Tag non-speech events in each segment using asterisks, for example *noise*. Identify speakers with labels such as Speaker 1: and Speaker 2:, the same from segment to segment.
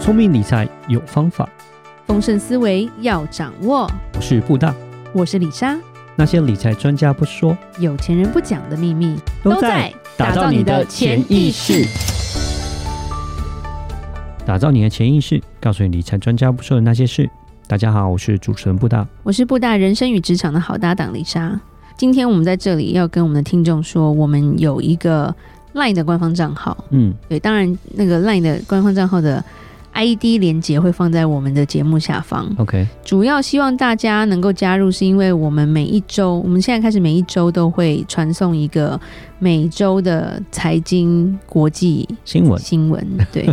Speaker 1: 聪明理财有方法，
Speaker 2: 丰盛思维要掌握。
Speaker 1: 我是布大。
Speaker 2: 我是李莎，
Speaker 1: 那些理财专家不说，
Speaker 2: 有钱人不讲的秘密
Speaker 1: 打造你的潜意识。，打造你的潜意识，告诉你理财专家不说的那些事。大家好，我是主持人布大。
Speaker 2: 我是布大人生与职场的好搭档李莎。今天我们在这里要跟我们的听众说，我们有一个 LINE 的官方账号，
Speaker 1: 嗯，
Speaker 2: 对，当然那个 LINE 的官方账号的 ID 连接会放在我们的节目下方。
Speaker 1: OK，
Speaker 2: 主要希望大家能够加入，是因为我们每一周，我们现在开始每一周都会传送一个每周的财经国际
Speaker 1: 新闻
Speaker 2: 新闻，
Speaker 1: *laughs*
Speaker 2: 对，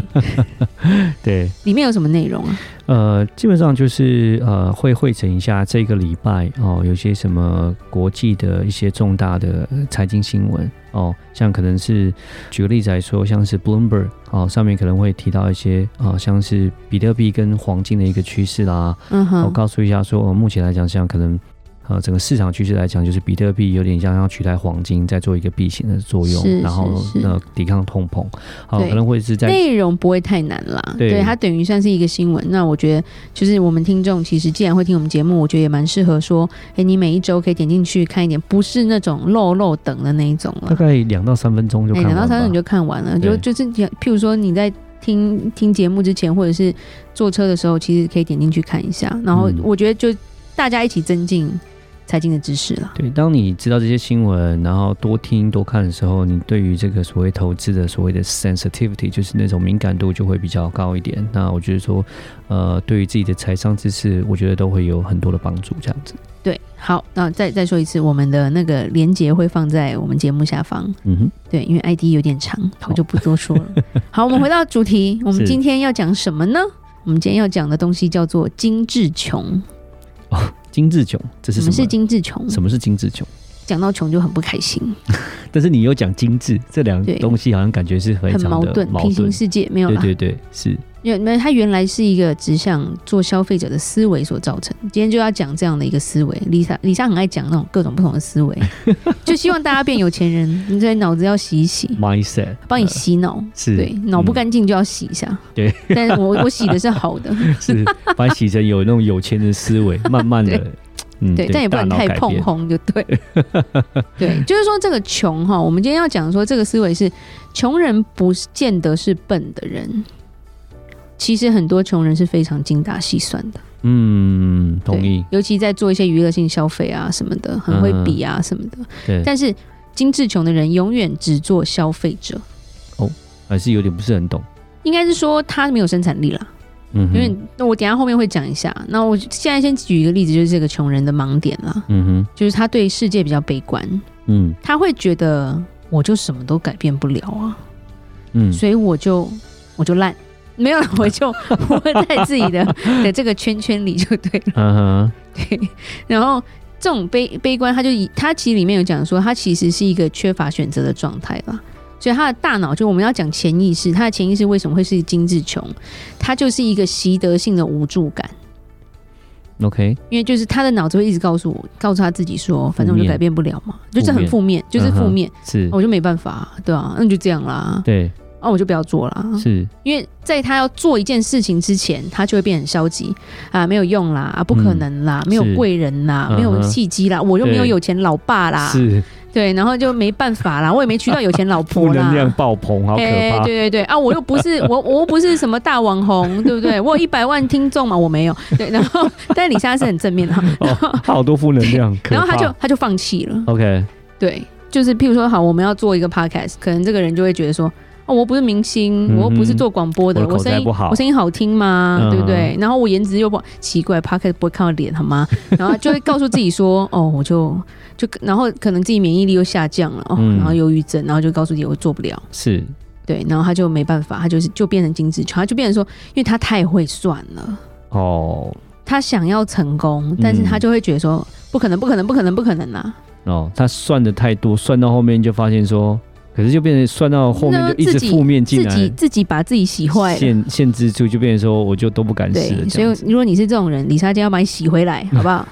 Speaker 1: 对，
Speaker 2: 里面有什么内容啊？
Speaker 1: *laughs* 呃，基本上就是呃，会汇整一下这个礼拜哦，有些什么国际的一些重大的呃财经新闻哦，像可能是举个例子来说，像是 Bloomberg 哦，上面可能会提到一些啊、哦像是比特币跟黄金的一个趋势啦，
Speaker 2: 嗯
Speaker 1: 我、
Speaker 2: 哼，
Speaker 1: 告诉一下说，呃、目前来讲，像可能。呃，整个市场趋势来讲，就是比特币有点像要取代黄金，在做一个避险的作用，
Speaker 2: 是
Speaker 1: 然后
Speaker 2: 是是
Speaker 1: 呃抵抗通膨，好、
Speaker 2: 对
Speaker 1: 可能会是在
Speaker 2: 内容不会太难啦，
Speaker 1: 对
Speaker 2: 它等于算是一个新闻。那我觉得，就是我们听众其实既然会听我们节目，我觉得也蛮适合说，哎、你每一周可以点进去看一点，不是那种漏漏等的那一种
Speaker 1: 大
Speaker 2: 了。
Speaker 1: 概两到三分钟就
Speaker 2: 哎，
Speaker 1: 看
Speaker 2: 两、
Speaker 1: 完
Speaker 2: 到三分
Speaker 1: 吧
Speaker 2: 你就看完了，就
Speaker 1: 对
Speaker 2: 就是譬如说你在听听节目之前，或者是坐车的时候，其实可以点进去看一下。然后
Speaker 1: 嗯
Speaker 2: 我觉得就大家一起增进财经的知识啦。
Speaker 1: 对，当你知道这些新闻，然后多听多看的时候，你对于这个所谓投资的所谓的 sensitivity，就是那种敏感度就会比较高一点。那我觉得说，呃，对于自己的财商知识，我觉得都会有很多的帮助。这样子，
Speaker 2: 对，好，那再再说一次，我们的那个连接会放在我们节目下方。
Speaker 1: 嗯哼，
Speaker 2: 对，因为 ID 有点长，
Speaker 1: 好
Speaker 2: 我就不多说了。好，我们回到主题，我们
Speaker 1: 是
Speaker 2: 今天要讲什么呢？我们今天要讲的东西叫做精致穷。
Speaker 1: 精致穷，这是
Speaker 2: 什
Speaker 1: 什
Speaker 2: 么
Speaker 1: 么？
Speaker 2: 是精致穷？
Speaker 1: 什么是精致穷？
Speaker 2: 讲到穷就很不开心，
Speaker 1: 但是你又讲精致，这两个
Speaker 2: 对
Speaker 1: 东西好像感觉是非
Speaker 2: 很
Speaker 1: 常
Speaker 2: 矛
Speaker 1: 的
Speaker 2: 盾，
Speaker 1: 矛
Speaker 2: 平行啊
Speaker 1: 盾。
Speaker 2: 世界没有
Speaker 1: 对
Speaker 2: 啦。
Speaker 1: 对对，是
Speaker 2: *laughs* 因为没有它原来是一个指向做消费者的思维所造成。今天就要讲这样的一个思维。李莎，李莎很爱讲那种各种不同的
Speaker 1: *laughs*
Speaker 2: 思维，就希望大家变有钱人。你这脑子要洗一洗，
Speaker 1: *laughs* mindset，
Speaker 2: 帮你
Speaker 1: 呃
Speaker 2: 洗脑。
Speaker 1: 是
Speaker 2: 对，脑不
Speaker 1: 嗯
Speaker 2: 干净就要洗一下。
Speaker 1: *laughs* 对，
Speaker 2: *laughs* 但是我我洗的是好
Speaker 1: *laughs*
Speaker 2: 的。
Speaker 1: 是把你洗成有那种有钱人思维，慢慢的
Speaker 2: *laughs* 对，
Speaker 1: 嗯，
Speaker 2: 对，但也不
Speaker 1: 大
Speaker 2: 能
Speaker 1: 脑
Speaker 2: 太
Speaker 1: 改
Speaker 2: 碰
Speaker 1: 变
Speaker 2: 红，就
Speaker 1: *laughs*
Speaker 2: 对。对，就是说这个穷哈，我们今天要讲说这个思维是穷人不见得是笨的人，其实很多穷人是非常精打细算的，
Speaker 1: 嗯，
Speaker 2: 对
Speaker 1: 同意，，
Speaker 2: 尤其在做一些娱乐性消费啊什么的，很会比啊什么的，
Speaker 1: 嗯对。
Speaker 2: 但是。精致穷的人永远只做消费者，
Speaker 1: 还是有点不是很懂。
Speaker 2: 应该是说他没有生产力啦。
Speaker 1: 嗯哼，
Speaker 2: 因为那我等一下后面会讲一下。那我现在先举一个例子，就是这个穷人的盲点啦，
Speaker 1: 嗯
Speaker 2: 就是他对世界比较悲观。
Speaker 1: 哼，嗯
Speaker 2: 他会觉得我就什么都改变不了啊，
Speaker 1: 嗯，
Speaker 2: 所以我就我就烂，
Speaker 1: *laughs*
Speaker 2: 没有了我就活在自己的的这个圈圈里就对了。
Speaker 1: 嗯哼，
Speaker 2: 对，然后这种悲悲观，他就以他其实里面有讲说，他其实是一个缺乏选择的状态啦。所以他的大脑就我们要讲潜意识，他的潜意识为什么会是精致穷？他就是一个习得性的无助感，
Speaker 1: ，OK，
Speaker 2: 因为就是他的脑子会一直告诉我，告诉他自己说，反正
Speaker 1: 负
Speaker 2: 我就
Speaker 1: 面嗯
Speaker 2: 改变不了嘛，就是很负面，就是负面，
Speaker 1: 是，
Speaker 2: 我就没办法啊，对啊，那就这样啦，啊
Speaker 1: 对，
Speaker 2: 那我就不要做啦。
Speaker 1: 是，
Speaker 2: 因为在他要做一件事情之前，他就会变很消极啊，没有用啦，啊，不可能啦，没有贵人啦，
Speaker 1: 嗯嗯哼
Speaker 2: 没有契机啦，我又没有有钱老爸啦，
Speaker 1: 是，
Speaker 2: 对，然后就没办法啦，我也没娶到有钱老
Speaker 1: *laughs* 负
Speaker 2: 婆
Speaker 1: 能量
Speaker 2: 啦。
Speaker 1: 爆棚，好可怕。
Speaker 2: 对对对啊！我又不是 *laughs* 我，我又不是什么大网红，对不对？我有一百万听众嘛，我没有。对，然后但李莎是很正面的哈，
Speaker 1: 哦，他好多负能量，可
Speaker 2: *laughs* 然后他
Speaker 1: 怕
Speaker 2: 就他就放弃了。
Speaker 1: OK，
Speaker 2: 对，就是譬如说，好，我们要做一个 podcast，可能这个人就会觉得说，哦，我不是明星，
Speaker 1: 嗯哼
Speaker 2: 我又不是做广播的，
Speaker 1: 我的口
Speaker 2: 声
Speaker 1: 才
Speaker 2: 音
Speaker 1: 不好
Speaker 2: 我声音好听吗？
Speaker 1: 嗯
Speaker 2: 对不对？然后我颜值又不奇怪，podcast 不会看到脸
Speaker 1: *laughs*
Speaker 2: 好吗？然后就会告诉自己说，哦，我就就，然后可能自己免疫力又下降了，哦，
Speaker 1: 嗯
Speaker 2: 然后忧郁症，然后就告诉自己我做不了。
Speaker 1: 是，
Speaker 2: 对，然后他就没办法，他就是就变成精致穷，他就变成说，因为他太会算了，
Speaker 1: 哦，
Speaker 2: 他想要成功，但是
Speaker 1: 嗯
Speaker 2: 他就会觉得说，不可能，不可能，不可能，不可能啊！
Speaker 1: 哦，他算的太多，算到后面就发现说，可是就变成算到后面
Speaker 2: 那
Speaker 1: 就一直
Speaker 2: 自己
Speaker 1: 负面进
Speaker 2: 自己
Speaker 1: 来，
Speaker 2: 自己把自己洗坏了。
Speaker 1: 限限制住，就变成说我就都不敢试了
Speaker 2: 对，
Speaker 1: 这
Speaker 2: 所
Speaker 1: 样
Speaker 2: 以
Speaker 1: 子。
Speaker 2: 如果你是这种人，李莎今天要把你洗
Speaker 1: *laughs*
Speaker 2: 回来，好不好？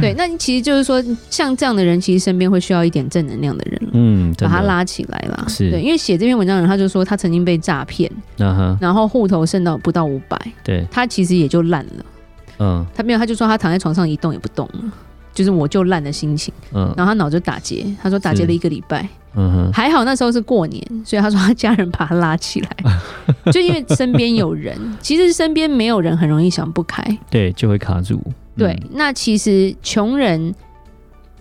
Speaker 2: 对，那你其实就是说，像这样的人，其实身边会需要一点正能量的人，
Speaker 1: 嗯，
Speaker 2: 把
Speaker 1: 真
Speaker 2: 他
Speaker 1: 的，
Speaker 2: 拉起来啦。
Speaker 1: 是
Speaker 2: 对，因为写这篇文章的人，他就说他曾经被诈骗，
Speaker 1: 那哈，
Speaker 2: 然后户头剩到不到五百，
Speaker 1: 嗯对，
Speaker 2: 他其实也就烂了。
Speaker 1: 嗯
Speaker 2: 他没有，他就说他躺在床上一动也不动了，就是我就烂的心情。
Speaker 1: 嗯
Speaker 2: 然后他脑就打结，他说打结了一个礼拜，
Speaker 1: 嗯哼，
Speaker 2: 还好那时候是过年，
Speaker 1: 嗯
Speaker 2: 所以他说他家人把他拉起
Speaker 1: *laughs*
Speaker 2: 来，就因为身边有人，其实身边没有人很容易想不开。
Speaker 1: 对，就会卡住。
Speaker 2: 对，那其实穷人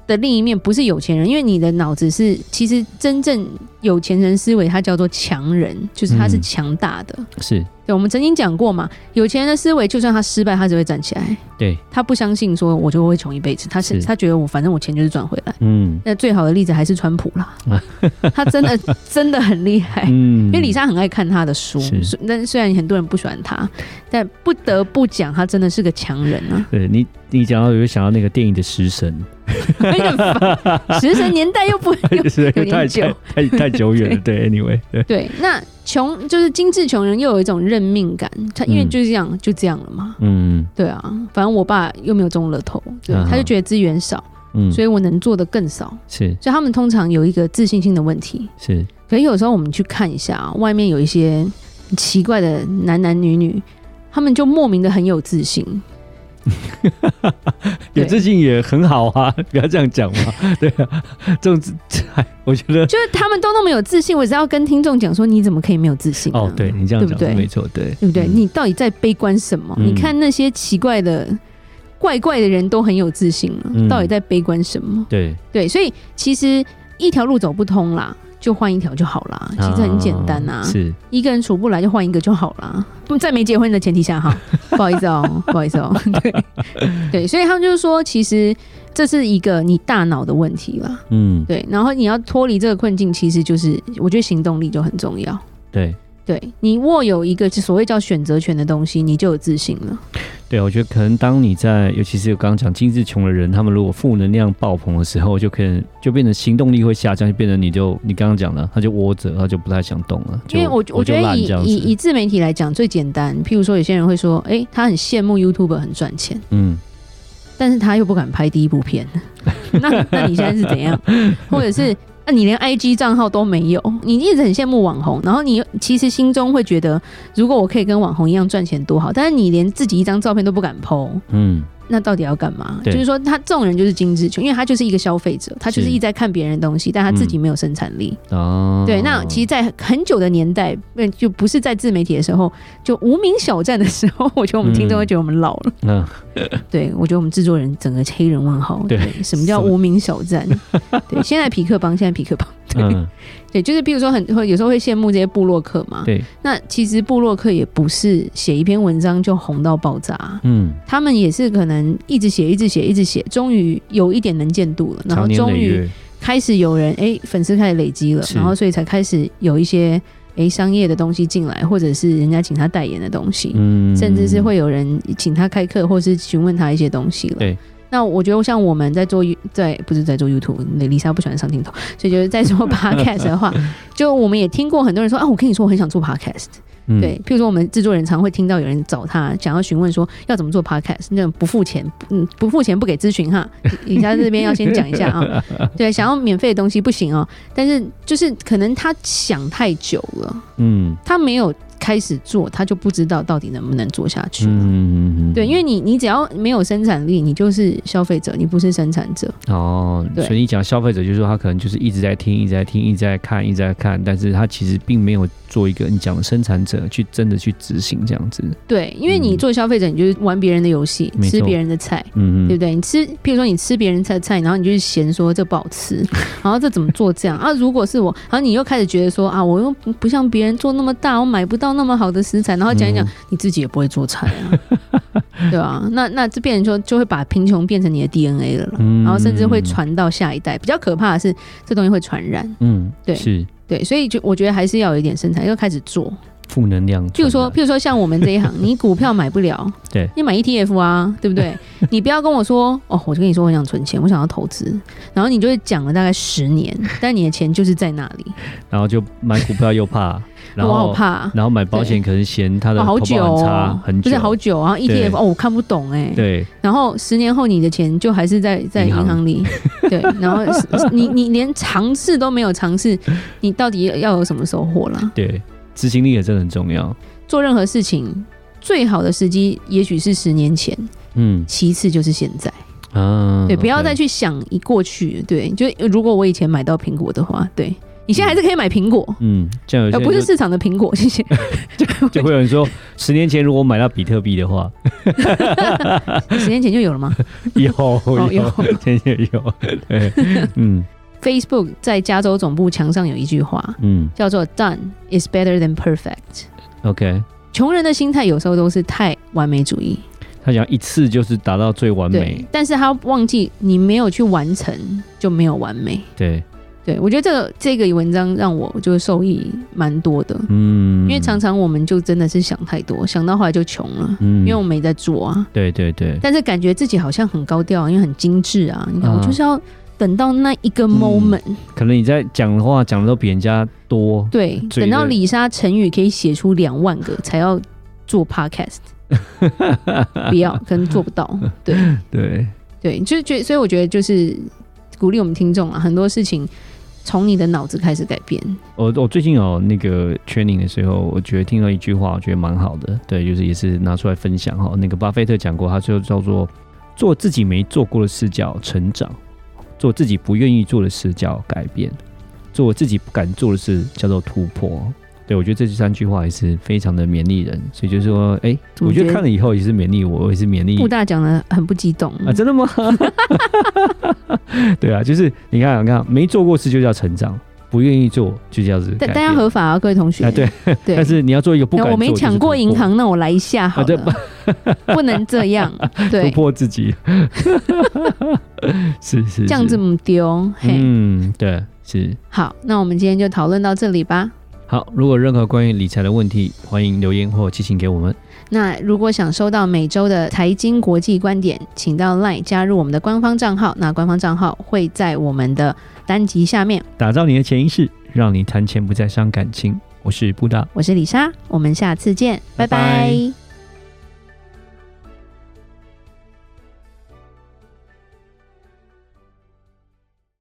Speaker 2: 的另一面不是有钱人，因为你的脑子是，其实真正有钱人思维，它叫做强人，就是他是
Speaker 1: 嗯
Speaker 2: 强大的。
Speaker 1: 嗯，是，
Speaker 2: 对，我们曾经讲过嘛，有钱人的思维，就算他失败，他只会站起来。
Speaker 1: 对，
Speaker 2: 他不相信说我就会穷一辈子，他是
Speaker 1: 是
Speaker 2: 他觉得我反正我钱就是赚回来。
Speaker 1: 嗯
Speaker 2: 那最好的例子还是川普啦，
Speaker 1: *laughs*
Speaker 2: 他真的真的很厉害。
Speaker 1: 嗯，
Speaker 2: 哎因为李莎很爱看他的书
Speaker 1: 是，，
Speaker 2: 虽但虽然很多人不喜欢他，但不得不讲，他真的是个强人啊
Speaker 1: *laughs* 对你，你讲到我就想到那个电影的《食神
Speaker 2: 有点烦。食神年代又不
Speaker 1: *laughs*
Speaker 2: *laughs* 又》，
Speaker 1: 是
Speaker 2: 有点
Speaker 1: 太
Speaker 2: 久
Speaker 1: 太太太久远了。对，anyway，对，
Speaker 2: *laughs* 对，那穷就是精致穷人又有一种认命感，他因为
Speaker 1: 嗯
Speaker 2: 就是这样、就这样了嘛。
Speaker 1: 嗯
Speaker 2: 对啊，反正我爸又没有中乐透，对，
Speaker 1: 啊哈
Speaker 2: 他就觉得资源少，
Speaker 1: 嗯，
Speaker 2: 所以我能做的更少，
Speaker 1: 是
Speaker 2: 所以他们通常有一个自信心的问题。
Speaker 1: 是，
Speaker 2: 可是有时候我们去看一下、啊，外面有一些很奇怪的男男女女，他们就莫名的很有
Speaker 1: *laughs*
Speaker 2: 自信，
Speaker 1: 有
Speaker 2: 对
Speaker 1: 自信也很好啊， *laughs* 不要这样讲嘛。 *laughs* 对啊，这种自，哎我觉得，
Speaker 2: 就是他们都那么有自信，我只要跟听众讲说，你怎么可以没有自信、啊？
Speaker 1: 哦，对，你这样
Speaker 2: 对
Speaker 1: 讲
Speaker 2: 不对
Speaker 1: 是没错，对，
Speaker 2: 对不对？
Speaker 1: 嗯
Speaker 2: 你到底在悲观什么？
Speaker 1: 嗯
Speaker 2: 你看那些奇怪的、怪怪的人都很有自信了、
Speaker 1: 嗯
Speaker 2: 到底在悲观什么？
Speaker 1: 对，
Speaker 2: 对，所以其实一条路走不通啦，就换一条就好啦。其实很简单啊，
Speaker 1: 是，
Speaker 2: 一个人处不来就换一个就好啦。在没结婚的前提
Speaker 1: *laughs*
Speaker 2: 下哈，不好意思哦，不好意思哦， *laughs* 对对，所以他们就是说，其实这是一个你大脑的问题啦。
Speaker 1: 嗯，
Speaker 2: 对，然后你要脱离这个困境，其实就是我觉得行动力就很重要。
Speaker 1: 对。
Speaker 2: 对你握有一个所谓叫选择权的东西，你就有自信了。
Speaker 1: 对，我觉得可能当你在，尤其是我刚刚讲精致穷的人，他们如果负能量爆棚的时候，就可能就变成行动力会下降，就变成你就你刚刚讲的，他就窝着，他就不太想动了。就
Speaker 2: 因为我
Speaker 1: 我就
Speaker 2: 觉得
Speaker 1: 懒
Speaker 2: 以
Speaker 1: 这样
Speaker 2: 以以
Speaker 1: 子，
Speaker 2: 自媒体来讲最简单，譬如说有些人会说，诶，他很羡慕 YouTube 很赚钱，
Speaker 1: 嗯，
Speaker 2: 但是他又不敢拍第一部片。那那你现在是怎样？或者是那你连 IG 账号都没有，你一直很羡慕网红，然后你其实心中会觉得，如果我可以跟网红一样赚钱多好，但是你连自己一张照片都不敢 PO。
Speaker 1: 嗯，
Speaker 2: 那到底要干嘛？就
Speaker 1: 对
Speaker 2: 是说，他这种人就是精致穷，因为他就是一个消费者，他就
Speaker 1: 是
Speaker 2: 是一直在看别人的东西，但他自己没有生产力。
Speaker 1: 哦，
Speaker 2: 对，那其实，在很久的年代，嗯，就不是在自媒体的时候，就无名小站的时候，我觉得我们听众会觉得我们老了。 *laughs*
Speaker 1: 嗯，
Speaker 2: 对，我觉得我们制作人整个黑人问号。
Speaker 1: 对，
Speaker 2: 什么叫无名小
Speaker 1: *laughs*
Speaker 2: 站？对，现在匹克帮，现在匹克帮。对、
Speaker 1: 嗯，
Speaker 2: 对，就是比如说很会有时候会羡慕这些部落客嘛。
Speaker 1: 对，
Speaker 2: 那其实部落客也不是写一篇文章就红到爆炸、
Speaker 1: 嗯，
Speaker 2: 他们也是可能一直写，一直写，一直写，终于有一点能见度了，然后
Speaker 1: 长年
Speaker 2: 终
Speaker 1: 累
Speaker 2: 于
Speaker 1: 月，
Speaker 2: 开始有人哎、粉丝开始累积了，
Speaker 1: 是
Speaker 2: 然后所以才开始有一些哎、商业的东西进来，或者是人家请他代言的东西，
Speaker 1: 嗯，
Speaker 2: 甚至是会有人请他开课，或是询问他一些东西了。
Speaker 1: 对。
Speaker 2: 那我觉得像我们在做在不是在做 YouTube，丽莎不喜欢上镜头，所以就是
Speaker 1: *laughs*
Speaker 2: 在做 Podcast 的话，就我们也听过很多人说啊，我跟你说我很想做 Podcast，
Speaker 1: 嗯，
Speaker 2: 对，譬如说我们制作人常会听到有人找他，想要询问说要怎么做 podcast，那种不付钱，不嗯，不付钱不给咨
Speaker 1: *laughs*
Speaker 2: 询哈。以下这边要先讲一下啊，对，想要免费的东西不行哦，但是就是可能他想太久了，
Speaker 1: 嗯，
Speaker 2: 他没有开始做，他就不知道到底能不能做下去。
Speaker 1: 嗯，嗯
Speaker 2: 对，因
Speaker 1: 为
Speaker 2: 为你你只要没有生产力，你就是消费者，你不是生产者。
Speaker 1: 哦，
Speaker 2: 对
Speaker 1: 所以你讲消费者就是说他可能就是一直在听，一直在听，一直在看，一直在看，但是他其实并没有做一个你讲的生产者去真的去执行这样子，
Speaker 2: 对，因为你
Speaker 1: 嗯
Speaker 2: 做消费者，你就是玩别人的游戏，
Speaker 1: 没
Speaker 2: 吃
Speaker 1: 错
Speaker 2: 别人的菜。
Speaker 1: 嗯
Speaker 2: 对
Speaker 1: 嗯
Speaker 2: 不对？你吃，譬如说你吃别人菜菜，然后你就是嫌说这不好吃，
Speaker 1: *laughs*
Speaker 2: 然后这怎么做这样啊？如果是我，然后你又开始觉得说啊，我又不不像别人做那么大，我买不到那么好的食材，然后讲一讲，
Speaker 1: 嗯
Speaker 2: 你自己也不会做菜啊，
Speaker 1: *laughs*
Speaker 2: 对啊，那那这变成说就会把贫穷变成你的 DNA 了啦，
Speaker 1: 嗯
Speaker 2: 然后甚至会，传到下一代。比较可怕的是，这东西会传染，
Speaker 1: 嗯，
Speaker 2: 对
Speaker 1: 是。
Speaker 2: 对，所以就我觉得还是要有一点身材，要开始做，
Speaker 1: 负能量存在。
Speaker 2: 譬如说，譬如说像我们这一行，你股票买不了，
Speaker 1: *laughs* 对，
Speaker 2: 你买 ETF 啊，对不对？你不要跟我说哦，我就跟你说我想存钱，我想要投资，然后你就会讲了大概十年，但你的钱就是在那里，
Speaker 1: 然后就买股票又怕， *laughs* 然
Speaker 2: 我
Speaker 1: 后
Speaker 2: 好怕，啊
Speaker 1: 然后买保险可能嫌它的
Speaker 2: 哦、好
Speaker 1: 投
Speaker 2: 久、
Speaker 1: 保很差，
Speaker 2: 哦，
Speaker 1: 很久
Speaker 2: 不是好久啊
Speaker 1: 对
Speaker 2: ，ETF 哦，我看不懂哎、
Speaker 1: 对
Speaker 2: 然后十年后你的钱就还是在在银
Speaker 1: 银行 *laughs*
Speaker 2: 行里，对，然后你你连尝试都没有尝试，你到底要有什么收获啦？
Speaker 1: 对，执行力也真的很重要。
Speaker 2: 做任何事情最好的时机也许是十年前，
Speaker 1: 嗯
Speaker 2: 其次就是现在。
Speaker 1: 啊，
Speaker 2: 对，不要
Speaker 1: OK
Speaker 2: 再去想一过去。对，就如果我以前买到苹果的话，对你现在还是可以买苹果，
Speaker 1: 嗯，这样有些
Speaker 2: 呃，
Speaker 1: 人
Speaker 2: 不是
Speaker 1: 就
Speaker 2: 市场的苹果，谢
Speaker 1: *laughs*
Speaker 2: 谢。
Speaker 1: 就会有人说，十年前如果买到比特币的话，
Speaker 2: 十年前就有了吗
Speaker 1: *laughs* 有
Speaker 2: 哦有
Speaker 1: 有， *laughs* 前些有，对，嗯
Speaker 2: ？Facebook 在加州总部墙上有一句话，
Speaker 1: 嗯
Speaker 2: 叫做 “Done is better than perfect”。
Speaker 1: ，OK，
Speaker 2: 穷人的心态有时候都是太完美主义，
Speaker 1: 他想一次就是达到最完
Speaker 2: 对
Speaker 1: 美，，
Speaker 2: 但是他忘记你没有去完成就没有完美。
Speaker 1: 对，
Speaker 2: 对我觉得这个这个文章让我就受益蛮多的，
Speaker 1: 嗯，
Speaker 2: 因为常常我们就真的是想太多，想到后来就穷了，
Speaker 1: 嗯，
Speaker 2: 因为我们没在做啊。
Speaker 1: 对对对，
Speaker 2: 但是感觉自己好像很高调，因为很精致啊。你看，
Speaker 1: 啊
Speaker 2: 我就是要等到那
Speaker 1: 嗯
Speaker 2: 一个 moment，、
Speaker 1: 可能你在讲的话讲的都比人家多，
Speaker 2: 对，
Speaker 1: 这一
Speaker 2: 等到
Speaker 1: 类
Speaker 2: 李莎成语可以写出两万个才要
Speaker 1: *laughs*
Speaker 2: 做 podcast，不要，可能做不到。对
Speaker 1: 对，
Speaker 2: 对，就是觉得，所以我觉得就是鼓励我们听众啊，很多事情从你的脑子开始改变。
Speaker 1: 我我最近有那个 training 的时候，我觉得听到一句话，我觉得蛮好的，对，就是也是拿出来分享哈。那个巴菲特讲过，他就叫做做自己没做过的事叫成长，做自己不愿意做的事叫改变，做自己不敢做的事叫做突破。对，我觉得这三句话也是非常的勉励人，所以就是说，哎、
Speaker 2: 怎么
Speaker 1: 我觉得
Speaker 2: 觉得
Speaker 1: 看了以后也是勉励我，我也是勉励
Speaker 2: 布大讲的很不激动，
Speaker 1: 啊，真的吗？ *laughs* 对啊，就是你看，你看，没做过事就叫成长，不愿意做就叫是改
Speaker 2: 但
Speaker 1: 变。
Speaker 2: 但要合法啊，各位同学。
Speaker 1: 啊，对，
Speaker 2: 对
Speaker 1: 但是你要做一个不
Speaker 2: 那
Speaker 1: 敢
Speaker 2: 哎我没
Speaker 1: 做就是
Speaker 2: 抢过
Speaker 1: 突破
Speaker 2: 银，行，那我来一下好
Speaker 1: 啊对
Speaker 2: 了， *laughs* 不能这样，
Speaker 1: *laughs* 突
Speaker 2: 对，
Speaker 1: 破自己， *laughs* 是是
Speaker 2: 这样子
Speaker 1: 是
Speaker 2: 不丢。嘿，
Speaker 1: 嗯，对，是。
Speaker 2: 好，那我们今天就讨论到这里吧。
Speaker 1: 好，如果任何关于理财的问题，欢迎留言或寄信给我们。
Speaker 2: 那如果想收到每周的财经国际观点，请到 LINE 加入我们的官方账号。那官方账号会在我们的单集下面。
Speaker 1: 打造你的潜意识，让你谈钱不再伤感情。我是布达。
Speaker 2: 我是李莎，我们下次见，拜
Speaker 1: 拜
Speaker 2: 拜
Speaker 1: 拜